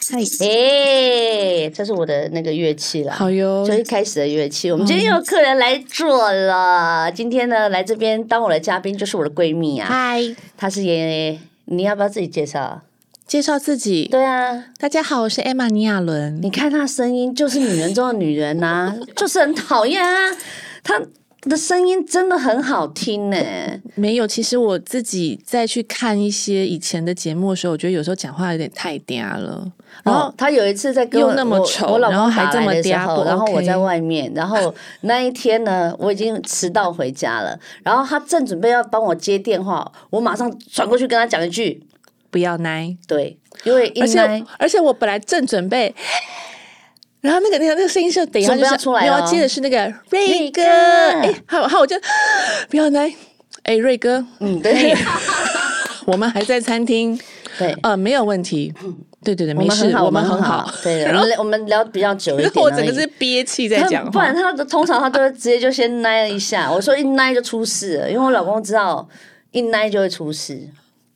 蔡琴，哎，这是我的那个乐器啦。好哟，就一开始的乐器，我们今天又有客人来做了。今天呢，来这边当我的嘉宾就是我的闺蜜啊，嗨，她是妍妍，你要不要自己介绍啊？介绍自己。对啊，大家好，我是艾玛尼亚伦。你看她声音就是女人中的女人呐、 就是很讨厌啊。她的声音真的很好听呢、没有，其实我自己再去看一些以前的节目的时候，我觉得有时候讲话有点太嗲了。然然后后他有一次在跟哦又我那么我丑我老然后公还打这来么的时嗲候，不然后我 OK 在外面，然后那一天呢，我已经迟到回家了，然后他正准备要帮我接电话，我马上转过去跟他讲一句，不要奶，对，因为一而来且而且我本来正准备，然后那个那个那个声音是等一下准就备要是出来没有了要接的是那个瑞瑞哥，哥哎，好，好，我就 不要奶，哎，瑞哥，嗯，对我们还在餐厅， 对，呃，没有问题，对对对，我没们事很，好，我们很很 好，对，我们聊我们聊比较久一然点后而已，我整个是憋气在他讲不话然，他都通常他都会直接就先 奶了一下，我说一奶就出事了，因为我老公知道一奶就会出事，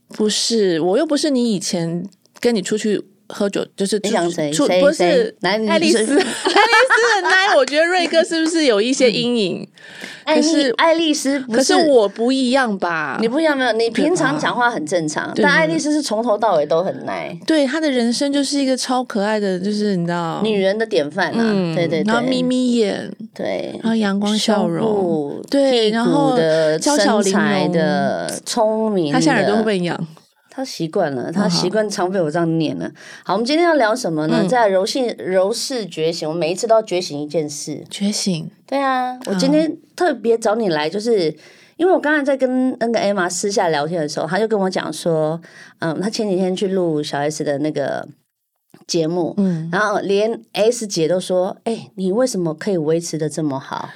不是，我又不是你以前跟你出去喝酒，就是出你想谁出谁不谁是男女爱丽丝，爱丽谁丝的奶，我觉得瑞哥是不是有一些阴影？艾可是丽爱丽丝嗯不可是我不一样吧？你不一样没有，你平对常吧讲话很正常，对但爱丽丝是从头到尾都很奶，对他的人生就是一个超可爱的，就是你知道，嗯女人的典范啊，对对然后眯对，眯眼，对然，后阳光笑胸容，部对屁然股后的娇小身玲材珑的聪明的，他现在耳朵会不会嗯痒？他习惯了，他好习惯常被我这样念了。好，我们今天要聊什么嗯呢？在柔性柔式觉醒，我每一次都要觉醒一件事。觉醒，对啊，嗯我今天特别找你来，就是因为我刚才在跟那个 Emma 私下聊天的时候，他就跟我讲说，嗯，他前几天去录小 S 的那个节目，嗯，然后连 S 姐都说，哎、你为什么可以维持的这么好？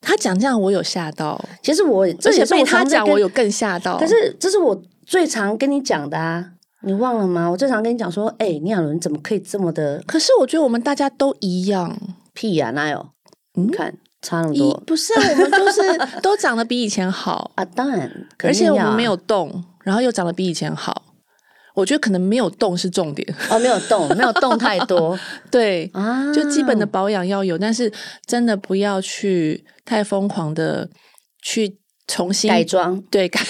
他讲这样我有吓到，其实我这而且也是被常他在讲跟我有更吓到。可是这是我最常跟你讲的啊，你忘了吗？我最常跟你讲说，哎、倪亚伦怎么可以这么的可是我觉得我们大家都一样，屁呀、哪有？嗯你看差那么一多不是、啊、我们就是都长得比以前好，啊，当然，而 肯定且我要们啊没有动，然后又长得比以前好。我觉得可能没有动是重 点，哦，没有动，没有动太多对，啊，就基本的保养要有，但是真的不要去太疯狂的去重新改装。对改，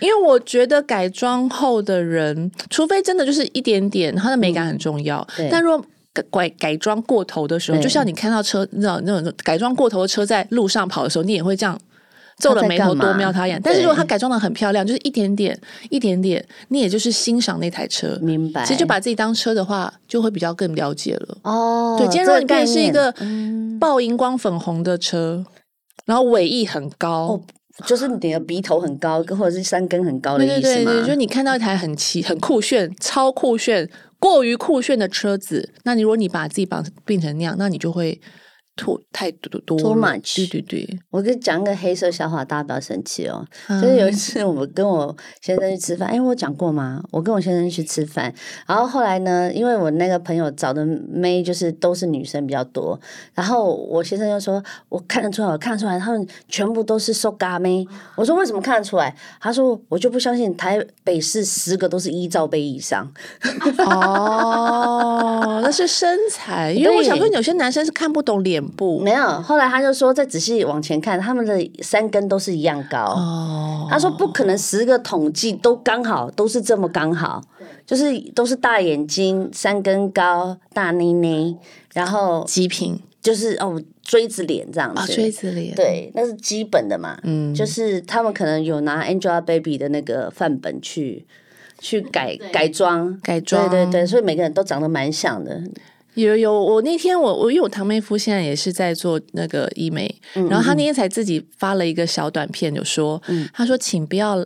因为我觉得改装后的人，除非真的就是一点点，它的美感很重要。嗯对但如果改改改装过头的时候，对就像你看到车那种那种改装过头的车在路上跑的时候，你也会这样。皱了眉头，他在干嘛多瞄他一眼。但是如果对他改装的很漂亮，就是一点点、一点点，你也就是欣赏那台车。明白其实就把自己当车的话，就会比较更了解了。哦，对，今天这让你变成是一个概念嗯爆荧光粉红的车，然后尾翼很高，哦就是你的鼻头很高，或者是三根很高的对意思对吗？对对，就你看到一台很奇、很酷炫、超酷炫、过于酷炫的车子，那你如果你把自己绑变成那样，那你就会吐太多多 Too 了 much 对对 对，我跟你讲一个黑色笑话，大家不要生气哦。嗯就是有一次，我跟我先生去吃饭，哎，我讲过吗？我跟我先生去吃饭，然后后来呢，因为我那个朋友找的妹就是都是女生比较多，然后我先生就说，我看得出来，我看得出来，他们全部都是瘦嘎妹。我说为什么看得出来？他说我就不相信台北市十个都是一罩杯以上。哦，那是身材，因为我想说对有些男生是看不懂脸部没有，后来他就说再仔细往前看，他们的三根都是一样高。哦，他说不可能十个统计都刚好都是这么刚好，就是都是大眼睛、三根高、大内内，然后极品就是哦锥子脸这样子。啊，锥子脸，，对，那是基本的嘛。嗯，就是他们可能有拿 Angelababy 的那个范本去去改改装。改装，对对对，所以每个人都长得蛮像的，有有，我那天我我因为我堂妹夫现在也是在做那个医美，嗯然后他那天才自己发了一个小短片，有说，嗯他说请不要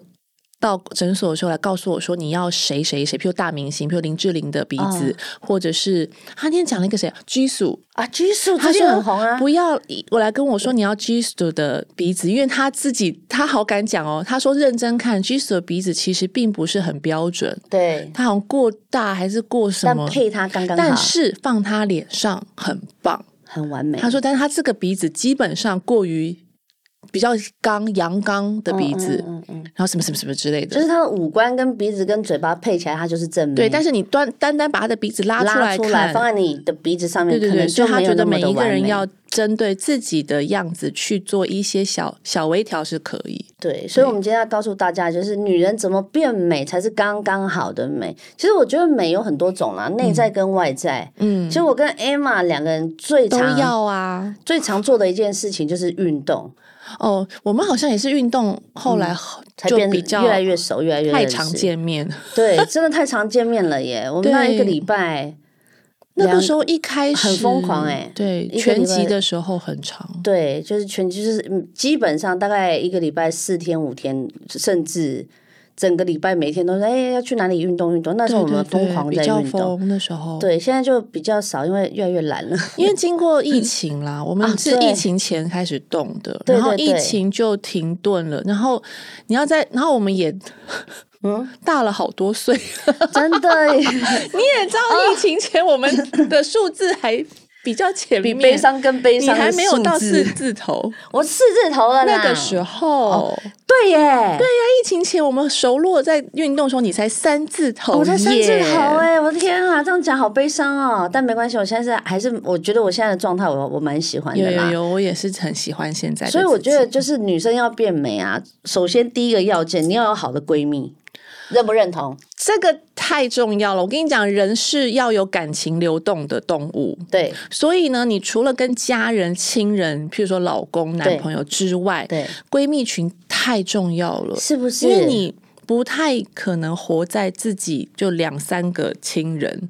到诊所的时候来告诉我说你要谁谁谁，譬如大明星，譬如林志玲的鼻嗯子，或者是他那天讲了一个谁，G 属，啊，拘束他最说近很红啊，不要我来跟我说你要 G 属的鼻子，因为他自己他好敢讲哦，他说认真看 G 属的鼻子其实并不是很标准，对，他好像过大还是过什但么。配他刚刚好，但是放他脸上很棒。很完美。他说，但是他这个鼻子基本上过于比较刚阳刚的鼻子，嗯嗯嗯嗯然后什么什么什么之类就的。是他的五官跟鼻子跟嘴巴配起来，他就是正妹。对，但是你端单单把他的鼻子拉拉出来出看，放在你的鼻子上面，对对可对，能所以他没觉有得那么每的一个完人美要针对自己的样子去做一些小小微调是可以。对，所以，我们今天要告诉大家，就是女人怎么变美才是刚刚好的美。其实我觉得美有很多种啦，内在跟外在。嗯其，实我跟 Emma 两个人最都常要啊。最常做的一件事情就是运动，哦，我们好像也是运动，后来嗯才就变比得较越来越熟，越来越太认识常。见面。对，真的太常见面了耶！我们那一个对礼拜，那个两时候一开始很疯狂欸对一，个全礼拜集的时候很长。对，就是全就是嗯基本上大概一个礼拜四天五天，甚至整个礼拜每天都说哎、要去哪里运动运动。那时候我们对对对疯狂比在较运动。疯那时候，，对，现在就比较少，因为越来越懒 了。因为经过疫情啦，我啊们是对疫情前开始动的，对然后对疫对情就停顿了，然后你要在，然后我们也嗯， 大了好多 岁，真的耶你也知啊道，疫情前我们的数字还比较前比面，悲伤更悲你伤的数还字。没有到四字 头。我四字头了啦。那个时候，哦对耶，对呀、疫情前我们熟络在运动的时候，你才三字头哦耶，哦我才三字头哎，我的天啊，这样讲好悲伤哦。但没关系，我现在是还是我觉得我现在的状态我，我蛮喜欢有的啦。有有，我也是很喜欢现在的自己。所以我觉得，就是女生要变美啊，首先第一个要件，你要有好的闺蜜，认不认同？这个太重要了。我跟你讲，人是要有感情流动的动物。对所以呢，你除了跟家人、亲人，譬如说老公、男朋友之外，对，闺蜜群太重要了。是不是？因为你不太可能活在自己就两三个亲人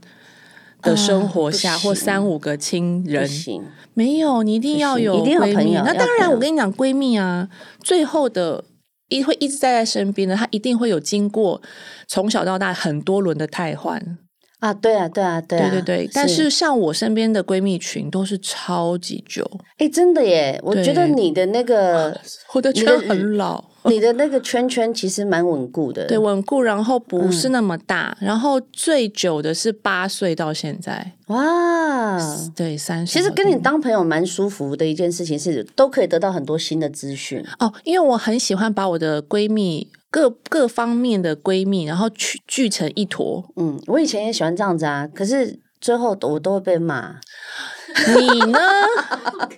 的生活下，啊不行或三五个亲不人，行，没有，你一定要有不行一定要闺朋蜜。友那要当朋然，友我跟你讲，闺蜜啊，最后的。一会一直在在身边的，她一定会有经过从小到大很多轮的汰换，啊，对啊，对啊，对啊，对对对。但是像我身边的闺蜜群都是超级久，哎、真的耶！我觉得对你的那 个、呃我的你圈的很老，你的那个圈圈其实蛮稳固的。对，稳固，然后不是那么大，嗯然后最久的是八岁到现在，哇，对，三十。嗯其实跟你当朋友蛮舒服的一件事情是，都可以得到很多新的资讯。哦，因为我很喜欢把我的闺蜜各各方面的闺蜜，然后聚聚成一坨。嗯，我以前也喜欢这样子啊，可是最后我都会被骂。你 呢？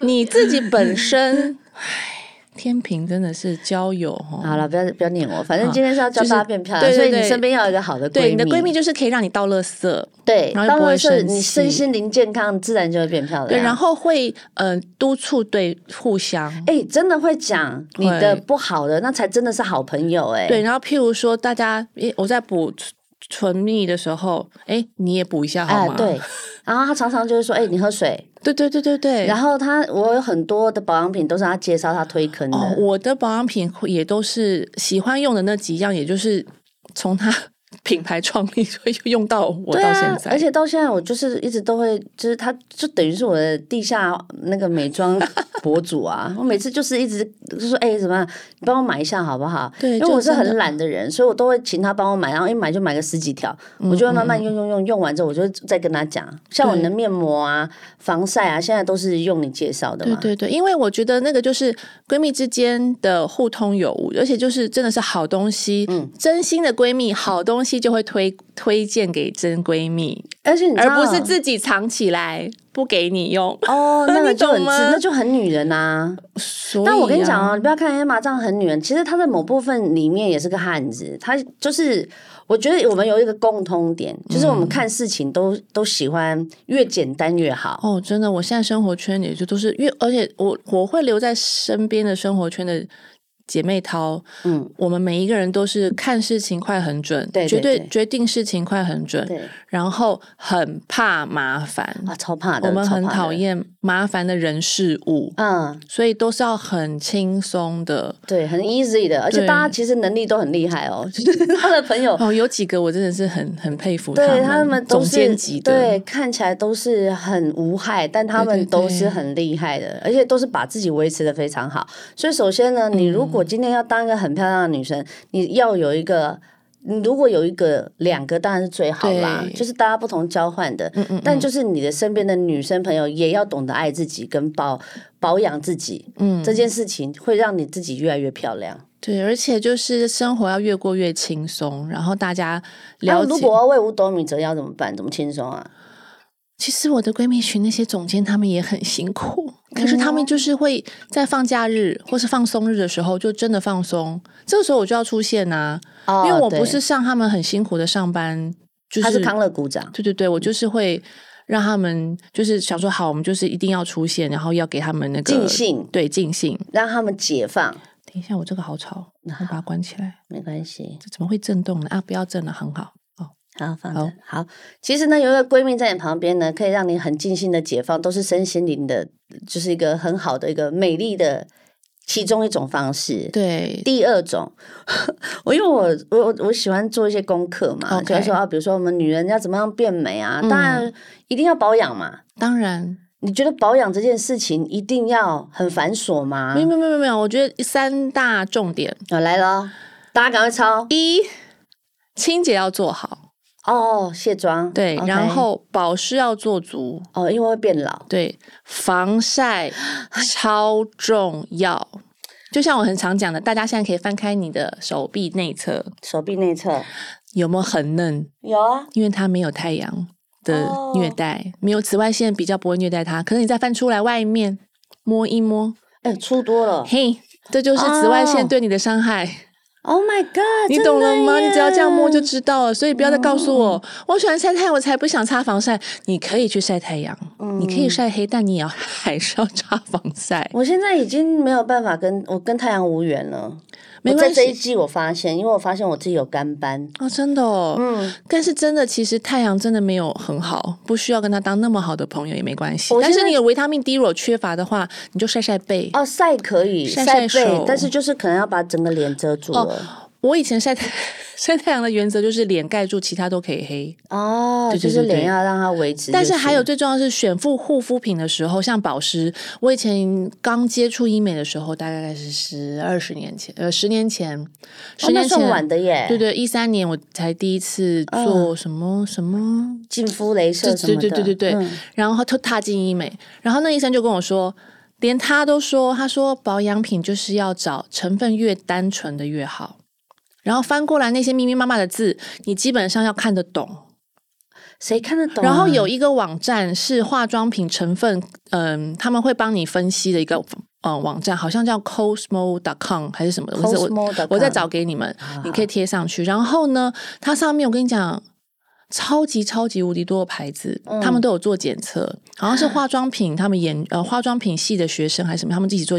你自己本身，唉，天平真的是交友好哦。啊了，不要不要念我，反正今天是要教就是大家变漂亮，对对所以你对身边要有一个好的闺蜜。对，你的闺蜜就是可以让你倒垃圾，对，然后又当不会然是生你气身心灵健康，自然就会变漂亮。对，然后会呃督促对互相，哎、真的会讲你的会不好的，那才真的是好朋友哎、对，然后譬如说，大家，诶，我在补唇唇蜜的时候，诶，你也补一下好哎、吗？对，然后他常常就是说，哎、你喝水，对对对对对然后他，我有很多的保养品都是他介绍他推坑的。哦，我的保养品也都是喜欢用的那几样，也就是从它 品牌创立所以用到我对到啊现，在，而且到现在我就是一直都会，就是他就等于是我的地下那个美妆博 主啊。我每次就是一直就说，哎、怎么样，你帮我买一下好不好？对因为就我是真的很懒的人，所以我都会请他帮我买，然后一买就买个十几条，我就会慢慢用用用，用完之后我就再跟他讲。像我嗯对的面膜啊、防晒啊，现在都是用你介绍的对嘛。对对，因为我觉得那个就是闺蜜之间的互通有无，而且就是真的是好东西，嗯真心的闺蜜，好东西就会推推荐给真闺蜜，而且你知而道，不是自己藏起来不给你用。哦，那个 你就懂很自，吗那就很女人啊。所但我跟你以啊讲哦，你不要看 Emma 这样很女人，其实她在某部分里面也是个汉子。她就是，我觉得我们有一个共通点，就是我们看事情都、都喜欢越简单越好。哦，真的，我现在生活圈也就都是越，而且我我会留在身边的生活圈的姐妹淘，嗯，我们每一个人都是看事情快很准，对对绝对对决定事情快很准，对然后很怕麻烦，嗯啊，超怕的，我们超很怕的讨。厌麻烦的人事物，嗯，所以都是要很轻松的。对，很 easy 的，而且对大家其实能力都很厉害哦。 就是他的朋友，哦，有几个我真的是很很佩服对他们都总监是级的，对看起来都是很无害，但他对们对都是对很厉害的，而且都是把自己维持的非嗯常好。所以首先呢，你如果今天要当一个很漂亮的女生，你要有一个你如果有一个、两个，当然是最好啦，对就是大家不同交换的。嗯嗯，但就是你的身边的女生朋友也要懂得爱自己跟保保养自己，嗯这件事情会让你自己越来越漂亮。啊对，而且就是生活要越过越轻松，然后大家然了后解。如果要为五斗米折腰怎么办？怎么轻松啊？其实我的闺蜜群那些总监他们也很辛苦，可是哦他们就是会在放假日或是放松日的时候就真的放松，这个时候我就要出现呐、哦因为我对不是上他们很辛苦的上班，就是他是康乐鼓掌，对对对，我就是会让他们就是想说好，我们就是一定要出现，然后要给他们那个尽兴对尽兴。让他们解放，等一下，我这个好 吵，我把它关起来，没关系。这怎么会震动呢？啊，不要震了，很好。哦，好，放好着好。其实呢，有一个闺蜜在你旁边呢，可以让你很尽兴的解放，都是身心灵的，就是一个很好的一个美丽的其中一种方式。对，第二种， 我因为我我我我喜欢做一些功课嘛， OK 就是说啊，比如说我们女人要怎么样变美啊，嗯当然一定要保养嘛。当然，你觉得保养这件事情一定要很繁琐吗没？有没有没有没有，我觉得三大重点，啊，来咯，大家赶快抄一清洁要做好，哦，卸妆对 OK 然后保湿要做足，哦，因为会变老，对，防晒超重要。就像我很常讲的，大家现在可以翻开你的手臂内侧，手臂内侧有没有很嫩？有啊，因为它没有太阳的哦虐待没有紫外线比较不会虐待它。可是你再翻出来外面摸一摸，哎、出多了嘿，这就是紫外线哦对你的伤害。 ，Oh my God，你懂了吗？真的耶哦你只要这样摸就知道了，所以不要再告诉我、我喜欢晒太阳，我才不想擦防晒。你可以去晒太阳，你可以嗯晒黑，但你也要 还是要擦防晒，我现在已经没有办法跟我跟太阳无缘了。没我在关这一系。季我发现，因为我发现我自己有干斑，哦，真的哦，嗯，但是真的，其实太阳真的没有很好，不需要跟他当那么好的朋友也没关系我。但现是在你有维他命 D 如果缺乏的话，你就晒晒背。哦，晒可以晒晒背手，但是就是可能要把整个脸遮住了。我以前晒太 晒太阳的原则就是脸盖住，其他都可以黑。哦，对对就是对对脸要让它维持、但是还有就最重要的是选付护肤品的时候，像保湿，我以前刚接触医美的时候，大概是十二十年前，呃，十年前，十哦、年那前，算晚的耶。嗯对对，一三年我才第一次做什么、什么，净肤镭射对什么对的，对对对对，嗯然后就踏进医美，然后那医生就跟我说。连他都说，他说保养品就是要找成分越单纯的越好，然后翻过来那些密密麻麻的字，你基本上要看得懂，谁看得懂啊、然后有一个网站是化妆品成分，嗯，他们会帮你分析的一个嗯网站，好像叫 cosmo.com 还是什么的，我我 Cosmo.com 我再找给你们，啊你可以贴上去。然后呢，它上面我跟你讲。超级超级无敌多的牌子，嗯他们都有做检测，好像是化妆品，他们研呃化妆品系的学生还是什么，他们自己做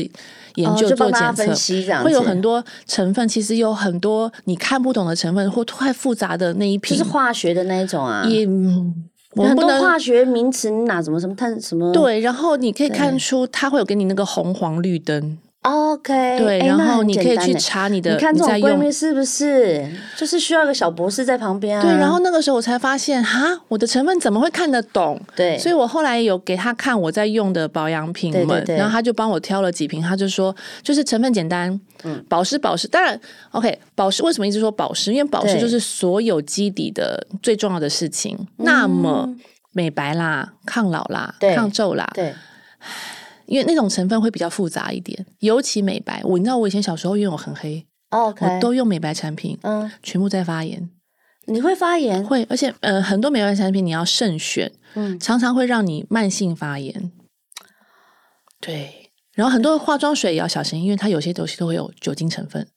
研哦究、就做帮大家检测，分析这样子，会有很多成分，其实有很多你看不懂的成分或太复杂的那一就瓶，是化学的那一种啊，也嗯我们很不多能化学名词，你哪什么什么碳什么对，然后你可以看对出它会有给你那个红黄绿灯， ，OK，对，哎然那后很你简可以单去耶查你的，你看这种在闺用蜜。是不是就是需要一个小博士在旁边啊？对，然后那个时候我才发现，哈，我的成分怎么会看得懂？对，所以我后来有给他看我在用的保养品对对们，对然后他就帮我挑了几瓶，他就说就是成分简单，嗯，保湿保湿。当然，OK，保湿为什么一直说保湿？因为保湿对就是所有基底的最重要的事情。那么美白啦、抗老啦、嗯对抗皱啦，对，因为那种成分会比较复杂一点，尤其美白。我你知道我以前小时候因为我很黑， OK，我都用美白产品，嗯，全部在发炎。你会发炎会，而且呃，很多美白产品你要慎选，嗯常常会让你慢性发炎。对，然后很多化妆水也要小心，因为它有些东西都会有酒精成分，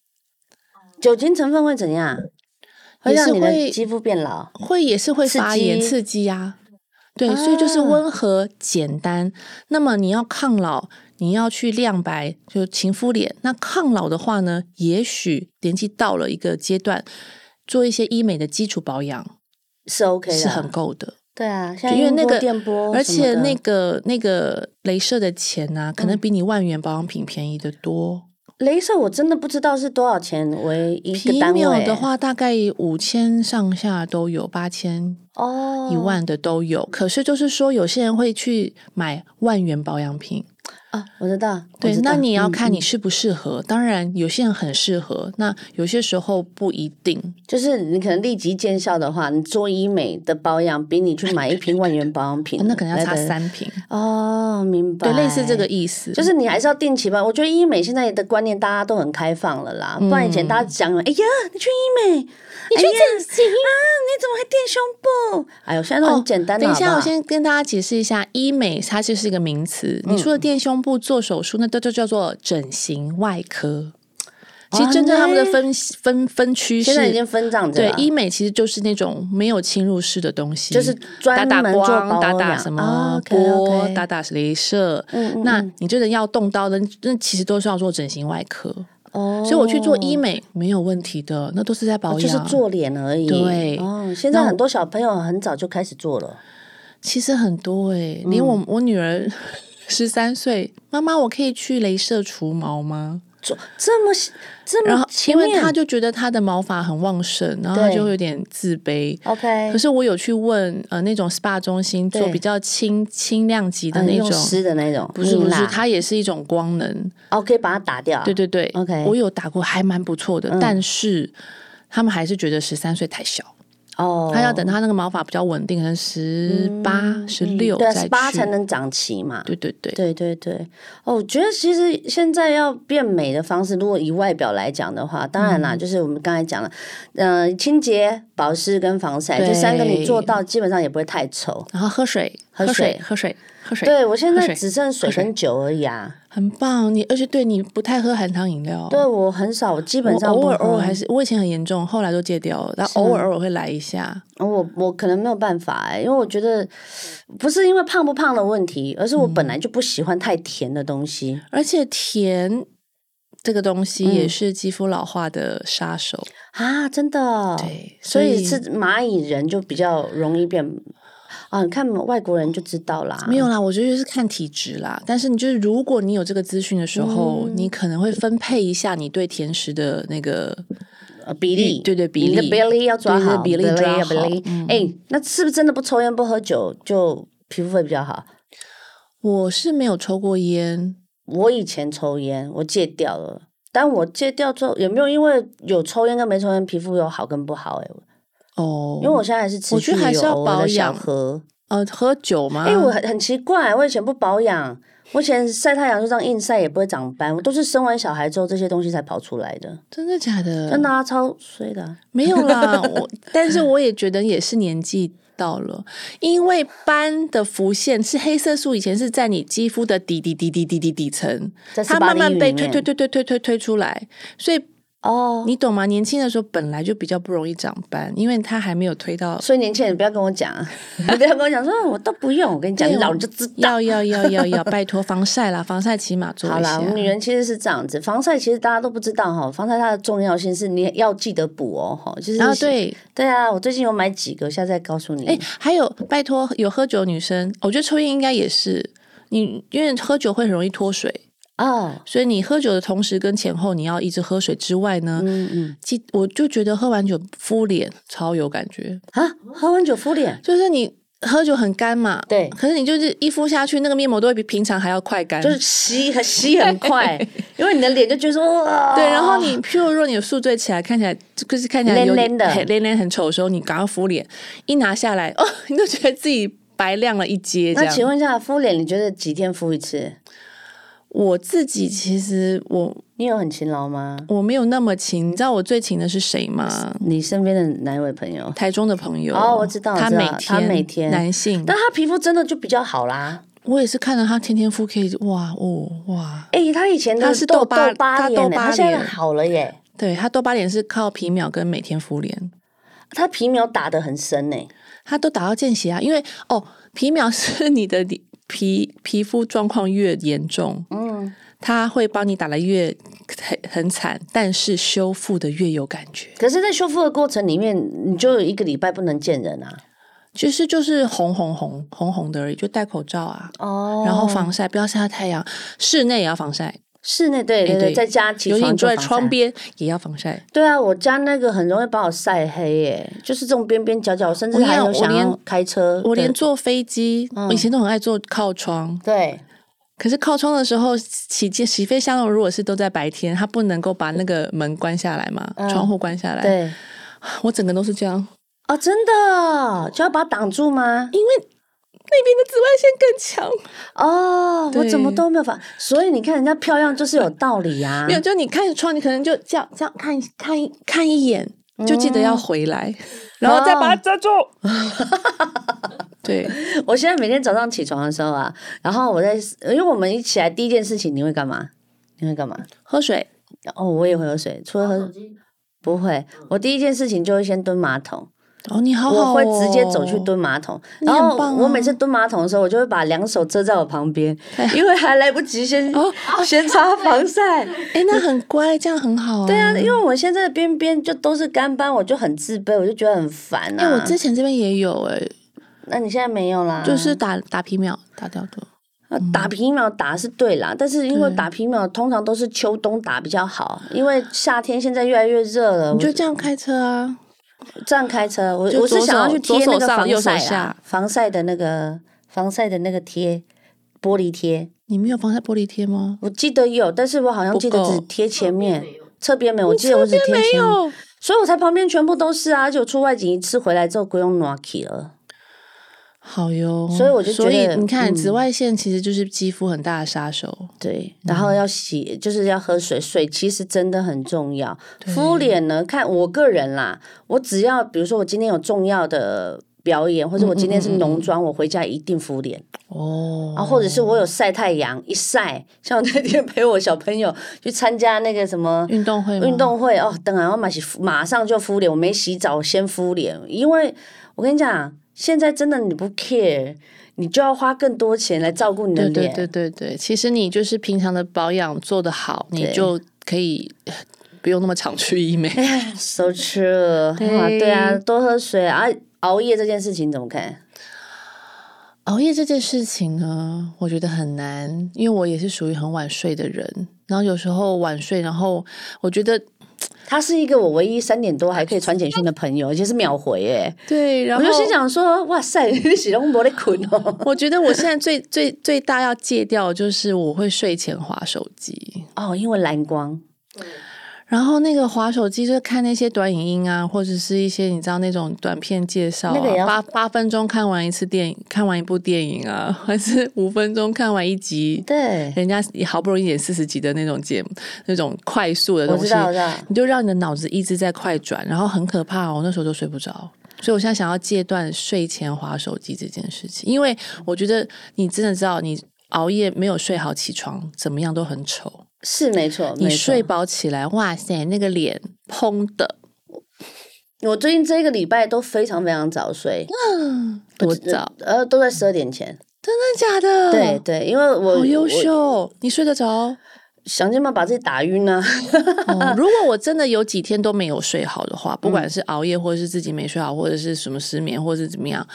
酒精成分会怎样？会也是让你的会肌肤变老。会也是会刺发炎激刺激呀、对，所以就是啊温和简单。那么你要抗老，你要去亮白，就勤敷脸。那抗老的话呢，也许年纪到了一个阶段，做一些医美的基础保养是 OK 的，是很够的。对啊，像就因为音那波个电波什么的，嗯而且那个那个镭射的钱呢、可能比你万元保养品便宜的多。镭射我真的不知道是多少钱为一皮个单秒位的话，大概五千上下都有，八千哦，一万的都有。可是就是说，有些人会去买万元保养品，啊，我知道，我对知，那道你也要嗯看你适不适合。当然，有些人很适合，那有些时候不一定。，就是你可能立即见效的话，你做医美的保养比你去买一瓶万元保养品哦那可能要差来得三瓶，哦，明白，对，类似这个。意思，就是你还是要定期吧。我觉得医美现在的观念大家都很开放了啦，嗯不然以前大家讲，哎呀，你去医美，你去整形、啊，你怎么还垫胸部？哎呦，现在都很简单哦的、等一下，好不好我先跟大家解释一下，医美它就是一个名词。嗯你除了垫胸部、做手术，那都就叫做整形外科。其实真正他们的分分分区哦现在已经是，分这样子对了，医美其实就是那种没有侵入式的东西，就是打专打门做光、保打养打什么哦波、 ，OK，OK 打打镭射。嗯嗯那你真的要动刀的，那其实都是要做整形外科。哦，所以我去做医美没有问题的，那都是在保养，就是做脸而已。哦对哦，现在那很多小朋友很早就开始做了。其实很多哎、连嗯我、我女儿 十三岁，妈妈，我可以去镭射除毛吗？做这么这然后么嗯前因面，为她就觉得她的毛发很旺盛，然后她对就会有点自卑。 OK，可是我有去问呃那种 SPA 中心做对比较轻轻量级的啊那用种，湿的那种，不是不蜜蜡是，它也是一种光能，哦，可以把它打掉啊。对对对 OK 嗯我有打过，还蛮不错的，但是他们还是觉得十三岁太小。哦，他要等他那个毛发比较稳定，可能十八、十六对啊，再十去。八才能长齐嘛。对对对，对对对，哦，我觉得其实现在要变美的方式，如果以外表来讲的话，当嗯然啦，就是我们刚才讲了，呃，清洁、保湿跟防晒这三个你做对到，基本上也不会太丑。然后喝水，喝喝水水，喝水，喝水，对我现喝在水只剩水喝水跟酒而已啊。很棒。你而且对你不太喝含糖饮料，对我很少，我基本我上偶尔不喝偶尔还是我以前很严重，后来都戒掉了，但偶尔偶尔会来一下。哦我我可能没有办法哎、因为我觉得不是因为胖不胖的问题，而是嗯我本来就不喜欢太甜的东西。而且甜这个东西嗯也是肌肤老化的杀手。啊，真的哦，对所所以以吃蚂蚁人就比较容易变啊。你看外国人就知道啦，没有啦，我觉得就是看体质啦。但是你就是，如果你有这个资讯的时候，嗯你可能会分配一下你对甜食的那个呃比例，对对比例你的比例要抓对对好，比例抓好嗯比例。哎、那是不是真的不抽烟不喝酒就皮肤会比较好？我是没有抽过烟，我以前抽烟，我戒掉了。但我戒掉之后，也没有因为有抽烟跟没抽烟皮肤有好跟不好哎、哦，因为我现在还是持我续觉得还是要有偶尔保的小养喝。呃喝酒嘛，哎、我很很奇怪，我以前不保养，我以前晒太阳就这样硬晒也不会长斑，我都是生完小孩之后这些东西才跑出来的，真的假的？真的啊，超衰的啊、没有 啦，我但是我也觉得也是年纪到了，因为斑的浮现是黑色素以前是在你肌肤的底底底底底底底层，在它18慢慢粒被里推面推推推推推推出来，所以哦。你懂吗？年轻的时候本来就比较不容易长斑，因为它还没有推到。所以年轻人不要跟我讲啊， 不要跟我讲说，哦我都不用。我跟你讲，你对啊老我了就知道。要要要要要，拜托防晒啦，防晒起码做好一啦，下我。们女人其实是这样子，防晒其实大家都不知道哈，防晒它的重要性是你要记得补哦，哈，就是然后对，对啊，我最近有买几个，下次再告诉你。哎、还有，拜托，有喝酒的女生，我觉得抽烟应该也是你，因为喝酒会很容易脱水，哦，所以你喝酒的同时跟前后，你要一直喝水之外呢，嗯嗯，记我就觉得喝完酒敷脸超有感觉，啊，喝完酒敷脸，就是你喝酒很干嘛，对可是你就是一敷下去，那个面膜都会比平常还要快干，就是 吸很吸很快，因为你的脸就觉得说哇，对，然哦后你，譬如说你宿醉起来，看起来就是看起来有蔫蔫的很蔫蔫很丑的时候，你赶快敷脸，一拿下来，哦， 你都觉得自己白亮了一阶。这那样。请问一下，敷脸你觉得几天敷一次？我自己其实我你有很勤劳吗？我没有那么勤，你知道我最勤的是谁吗？你身边的哪一位朋友？台中的朋友哦我知道他我知道每天他每天男性，但他皮肤真的就比较好啦。我也是看到他天天敷 K，哇哦哇，哎、他以前的他是痘痘疤痘疤他脸痘呢，疤他现在脸好了耶，对他痘疤脸是靠皮秒跟每天敷脸，他皮秒打得很深欸呢。他都打到见血啊，因为哦皮秒是你的 皮皮皮肤状况越严重，嗯，他会帮你打的越很很惨，但是修复的越有感觉，可是，在修复的过程里面，你就有一个礼拜不能见人啊。其实就是红红红红红的而已，就戴口罩啊。哦然后防晒，不要晒到太阳，室内也要防晒，室内对对对，哎对在家起尤其床你就坐在防窗晒。边也要防晒。对啊，我家那个很容易把我晒黑耶，就是这种边边角角，甚至我跟你还讲有我想要连开车的，嗯我连坐飞机，我以前都很爱坐靠窗，对可是靠窗的时候，起机起飞箱如果是都在白天，它不能够把那个门关下来嘛，嗯窗户关下来。，对，我整个都是这样，哦，真的就要把它挡住吗？因为那边的紫外线更强。哦，我怎么对都没有法，所以你看人家漂亮就是有道理呀、啊。 没有，就你看窗，你可能就这样这样看看一看一眼，嗯就记得要回来，然后再把它 遮住。对，我现在每天早上起床的时候啊，然后我在，因为我们一起来第一件事情，你会干嘛？你会干嘛？喝水。哦，我也会喝水，除了喝不会，我第一件事情就会先蹲马桶，嗯哦，你好好、哦，我会直接走去，蹲马桶。你然很后棒我啊每次蹲马桶的时候，我就会把两手遮在我旁 边，因为还来不及先哦先擦防晒。哎，那很乖，这样很好啊。对啊，因为我现在的边边就都是干斑，我就很自卑，我就觉得很烦哎、啊。我之前这边也有哎、嗯那你现在没有啦，就是打打皮秒打掉的。呃打皮秒打是对啦，但是因为对打皮秒通常都是秋冬打比较好，因为夏天现在越来越热了，你就我这样开车啊？这样开车，我就我是左想要手去左贴那手个上防右手晒啊下，防晒的那个防晒的那个贴，玻璃贴，你没有防晒玻璃贴吗？我记得有，但是我好像不记得只够贴前面。侧边没有，我记得我只贴没前面，有，所以我才旁边全部都是啊！而且我出外景一次回来之后，不用 n o k i 了。好哟。所以我就觉所得以你看，嗯紫外线其实就是肌肤很大的杀手。对，嗯然后要洗，就是要喝水，水其实真的很重要。敷脸呢，看我个人啦，我只要比如说我今天有重要的表演，或者我今嗯天是浓妆，我回家一定敷脸哦，啊，或者是我有晒太阳，一晒，像我那天 陪我小朋友去参加那个什么。运动会吗运动会哦，等然后马洗马上就敷脸，我没洗澡先敷脸，因为我跟你讲，现在真的你不 care，你就要花更多钱来照顾你的对脸。对对对对，其实你就是平常的保养做得好，你对就可以呃不用那么常去医美。 So true，哇，对啊，多喝水啊，熬夜这件事情怎么看？熬夜这件事情呢，我觉得很难，因为我也是属于很晚睡的人。然后有时候晚睡，然后我觉得他是一个我唯一三点多还可以传简讯的朋友，而且是秒回耶。对，然我后就心想说，哇塞，你洗龙膜在困哦。我觉得我现在最最最大要戒掉的就是我会睡前划手机，哦，因为蓝光，然后那个划手机就是看那些短影音啊，或者是一些你知道那种短片介绍、那个也啊，要八八分钟看完一次电影，看完一部电影啊，还是五分钟看完一集，对，人家也好不容易演四十集的那种节目，那种快速的我东知西，道，我知道。你就让你的脑子一直在快转，然后很可怕哦。那时候就睡不着，所以我现在想要戒断睡前划手机这件事情，因为我觉得你真的知道，你熬夜没有睡好，起床怎么样都很丑。是没错，你没睡错。饱起来，哇塞，那个脸嘭的，我最近这一个礼拜都非常非常早睡，多早？呃，都在十二点前。真的假的？对，对，因为我好优，我秀，你睡得 着。想尽办法把自己打晕啊。 哦，如果我真的有几天都没有睡好的话，不管是熬夜，或者是自己没睡好，或者是什么失眠，或者是怎么样，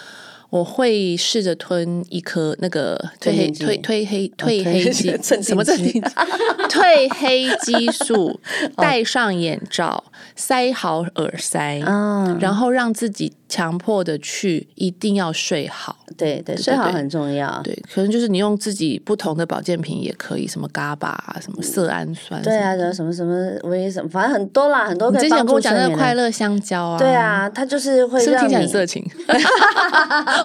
我会试着吞一颗那个褪褪黑黑剂褪褪黑褪黑黑剂激镇什么镇定剂定剂褪黑 激素，哦戴上眼罩，塞好耳塞，嗯，然后让自己强迫的去一定要睡好。对对，睡好对很重要。对，可能就是你用自己不同的保健品也可以，什么 GABA 啊、什么色氨酸。对啊，，有什么什么维什么，反正很多啦，很多你可之以前帮跟我助讲那个睡眠快的。乐香蕉啊，对啊，它就是会是不是听让你。起来很色情？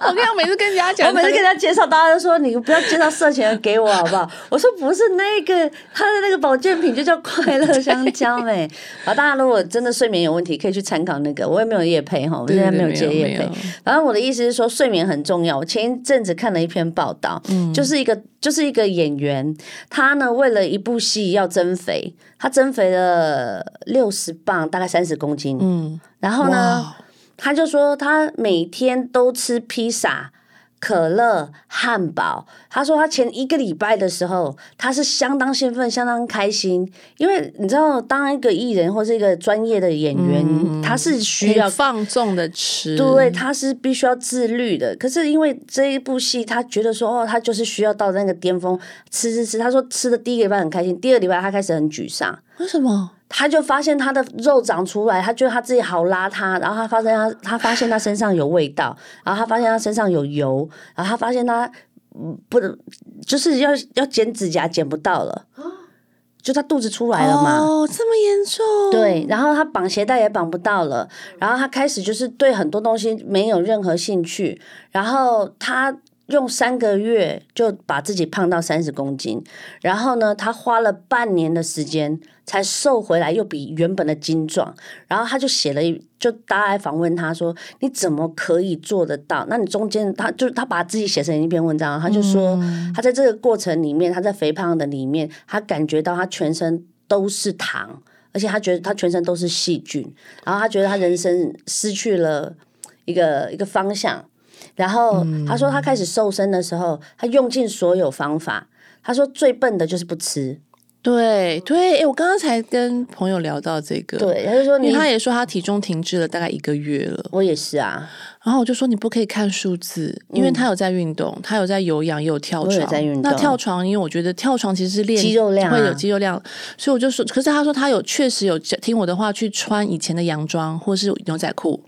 我跟你讲，每次跟人家讲， 我每次跟他介绍，大家都说你不要介绍色情的给我好不好？ 我说不是那个，他的那个保健品就叫快乐香蕉哎、欸。 然后大家如果真的睡眠有问题，可以去参考那个。我也没有夜配哈，我对对现在没有没接有夜没配有。反正我的意思是说，睡眠很重要。我前一阵子看了一篇报道，嗯就是一个就是一个演员，他呢为了一部戏要增肥，他增肥了六十磅，大概三十公斤。嗯，然后呢，哇，他就说他每天都吃披萨、可乐、汉堡。他说他前一个礼拜的时候，他是相当兴奋、相当开心，因为你知道，当一个艺人或是一个专业的演员，他是需要很放纵的吃，对，他是必须要自律的。可是因为这一部戏，他觉得说，哦，他就是需要到那个巅峰，吃吃吃。他说吃的第一个礼拜很开心，第二个礼拜他开始很沮丧。为什么？他就发现他的肉长出来，他觉得他自己好邋遢，然后他发现他他发现他身上有味道，然后他发现他身上有油，然后他发现他嗯不能，就是要要剪指甲剪不到了，就他肚子出来了嘛。哦，这么严重？，对，然后他绑鞋带也绑不到了，然后他开始就是对很多东西没有任何兴趣，然后他用三个月就把自己胖到三十公斤，然后呢，他花了半年的时间才瘦回来，又比原本的精壮，然后他就写了一，就大家来访问他说，你怎么可以做得到？那你中间他就是他把自己写成一篇文章，他就说、他在这个过程里面，他在肥胖的里面，他感觉到他全身都是糖。而且他觉得他全身都是细菌，然后他觉得他人生失去了一个一个方向。然后嗯他说他开始瘦身的时候，他用尽所有方法。他说最笨的就是不吃，对对，哎，我刚刚才跟朋友聊到这个，，对，他就说因为你他也说他体重停滞了大概一个月了，我也是啊，然后我就说你不可以看数字，因为他有在运动，他有在有氧，也有跳嗯我床。有在运动那跳床，因为我觉得跳床其实是练肌肉量啊会有肌肉量，所以我就说，可是他说他有确实有听我的话去穿以前的洋装或是牛仔裤，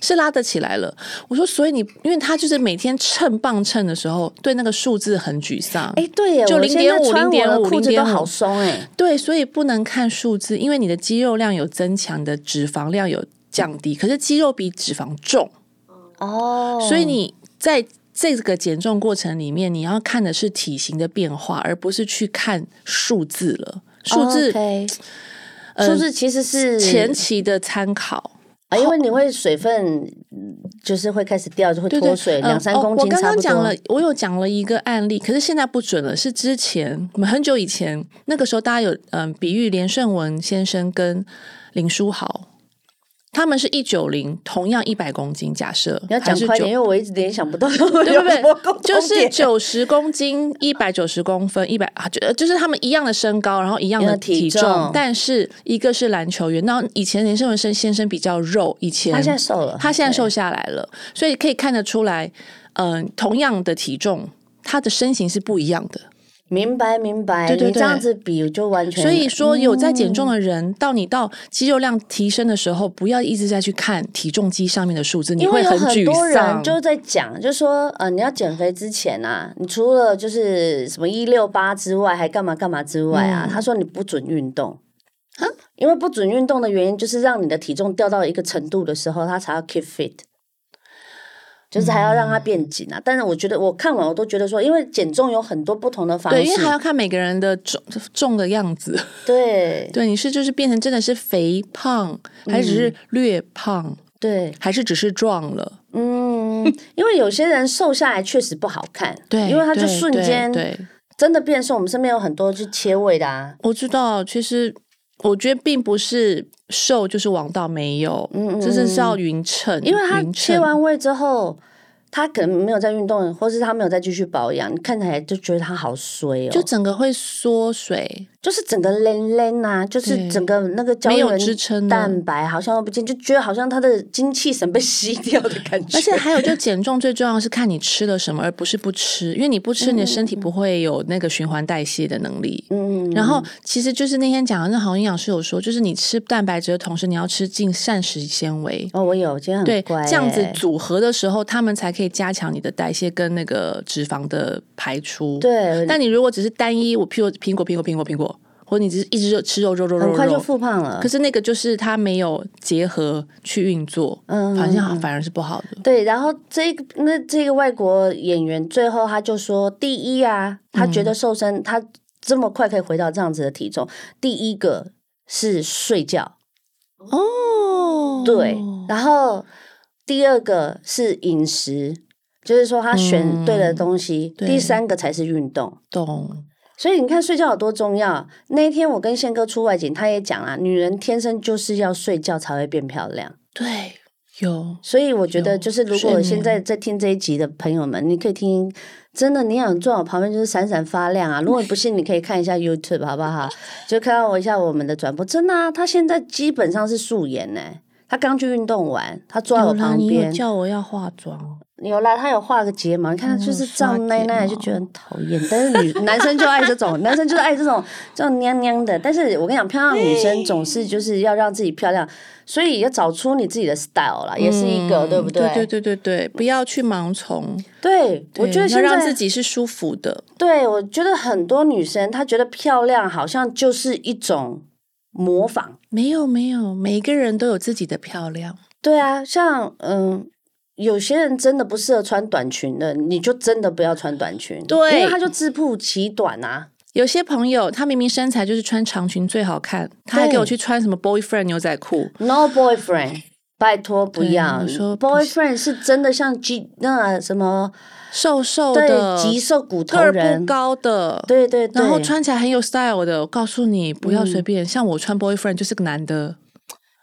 是拉得起来了。我说，所以你因为他就是每天称磅称的时候，对那个数字很沮丧。哎，对耶，就我现在0.5穿我的0.5裤子都0.5好松哎，对，所以不能看数字，因为你的肌肉量有增强，你的脂肪量有降低，可是肌肉比脂肪重。哦，所以你在这个减重过程里面，你要看的是体型的变化，而不是去看数字了。数字哦 OK 数字其实是前期的参考。呃啊，因为你会水分嗯就是会开始掉，就会对对脱水，嗯两三哦公斤我刚差刚不讲了多。，我有讲了一个案例，可是现在不准了，是之前我们很久以前，那个时候大家有嗯比喻连胜文先生跟林书豪。他们是一九零，同样一百公斤，假设你要讲还是快9点，因为我一直联想不到 有对不什么对？共同就是点九十公斤，一百九十公分，一百啊，就就是他们一样的身高，然后一样的一样的体体重，重但是一个是篮球员，那以前连胜文先先生比较肉，以前他现在瘦了，他现在对瘦下来了，所以可以看得出来，嗯、同样的体重，他的身形是不一样的。明白明白，对对你这对样子比就完全。所以说，有在减重的人，到你到肌肉量提升的时候，不要一直在去看体重机上面的数字，你因会为有很沮多人丧。就在讲，就说呃，你要减肥之前啊，你除了就是什么一六八之外，还干嘛干嘛之外啊，他说你不准运动。啊因为不准运动的原因，就是让你的体重掉到一个程度的时候，他才要 keep fit，就是还要让它变紧啊。但是我觉得我看完我都觉得说，因为减重有很多不同的方式，啊对，因为还要看每个人的重重的样子。对对，你是就是变成真的是肥胖，还是只是略胖，对，还是只是壮了？ 嗯，因为有些人瘦下来确实不好看，因为他就对瞬对间对，真的变瘦，我们身边有很多去切胃的啊，我知道，其实我觉得并不是瘦就是王道，没有，嗯嗯这是要匀称，因为他匀切称完胃之后，他可能没有在运动，或是他没有再继续保养，你看起来就觉得他好衰哦，就就整个会缩水，就是整个lenlen 啊，就是对整个那个胶没有原支撑啊了蛋白好像都不见，就觉得好像他的精气神被吸掉的感觉，而 且还有， 就减重最重要的是看你吃了什么，而不是不吃，因为你不吃，你的身体不会有那个循环代谢的能力。嗯，然后其实就是那天讲的，那好像营养师有说，就是你吃蛋白质的同时，你要吃进膳食纤维。哦，我有，今天很对，乖、欸，这样子组合的时候，他们才可以加强你的代谢跟那个脂肪的排出。，对，但你如果只是单一，我譬如苹果、苹果、苹果、苹果，或者你只是一直就吃肉、肉、肉、肉、很快就肉，复胖了可。是那个就是它没有结合去运作，嗯反正好反而是不好的。对，然后这个那这个外国演员最后他就说，第一啊，他觉嗯得瘦身、他这么快可以回到这样子的体重，第一个是睡觉，哦，对，然后第二个是饮食，就是说他选对了东嗯西，对第三个才是运动。懂。所以你看睡觉有多重要。那一天我跟宪哥出外景，他也讲啊，女人天生就是要睡觉才会变漂亮。对，有所以我觉得，有就是如睡果眠现在在听这一集的朋友们，你可以听，真的，你想坐我旁边就是闪闪发亮啊！如果你不信，你可以看一下 YouTube 好不好？就看到我一下我们的转播，真的啊，他现在基本上是素颜呢、他刚去运动完，他坐在我旁你有边，叫我要化妆，有啦，他有画个睫毛，你看他嗯就是这样奶奶就觉得很讨厌，但是女男生就爱这种，男生就是爱这种这种娘娘的。但是我跟你讲，漂亮女生总是就是要让自己漂亮，所以要找出你自己的 style 啦，也是一个对不嗯对？对对对对对，不要去盲从，对，我对觉得要现让在自己是舒服的。对，我觉得很多女生她觉得漂亮好像就是一种模仿。没有没有，每一个人都有自己的漂亮。对啊，像嗯，有些人真的不适合穿短裙的，你就真的不要穿短裙，对因为他就自曝其短啊。有些朋友他明明身材就是穿长裙最好看，他还给我去穿什么 boyfriend 牛仔裤， No boyfriend，拜 托不对要。我说不 boyfriend 是真的像 G 那什么瘦瘦的，对极瘦骨个头儿人不，高的，对嗯对对，然后穿起来很有 style 的。我告诉你，不要随便。像我穿 boyfriend 就是个男的，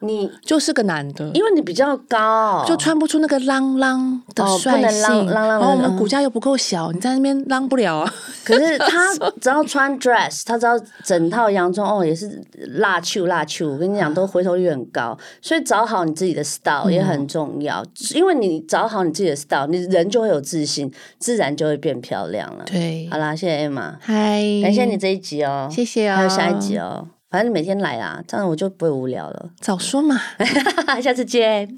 你，就是个男的。因为你比较高，就穿不出那个浪浪的哦不能率性，浪浪浪然后我的们嗯骨架又不够小，你在那边浪不了 啊。可是他只要穿 dress，他只要整套洋装哦，也是辣秋辣秋。我跟你讲，都回头率很高，所以找好你自己的 style 也很重要，因为你找好你自己的 style，你人就会有自信，自然就会变漂亮了。对好啦，谢谢 Emma，嗨，感谢你，这一集哦，谢谢啊，还有下 一集，哦，反正你每天来啊，这样我就不会无聊了。早说嘛。下次见。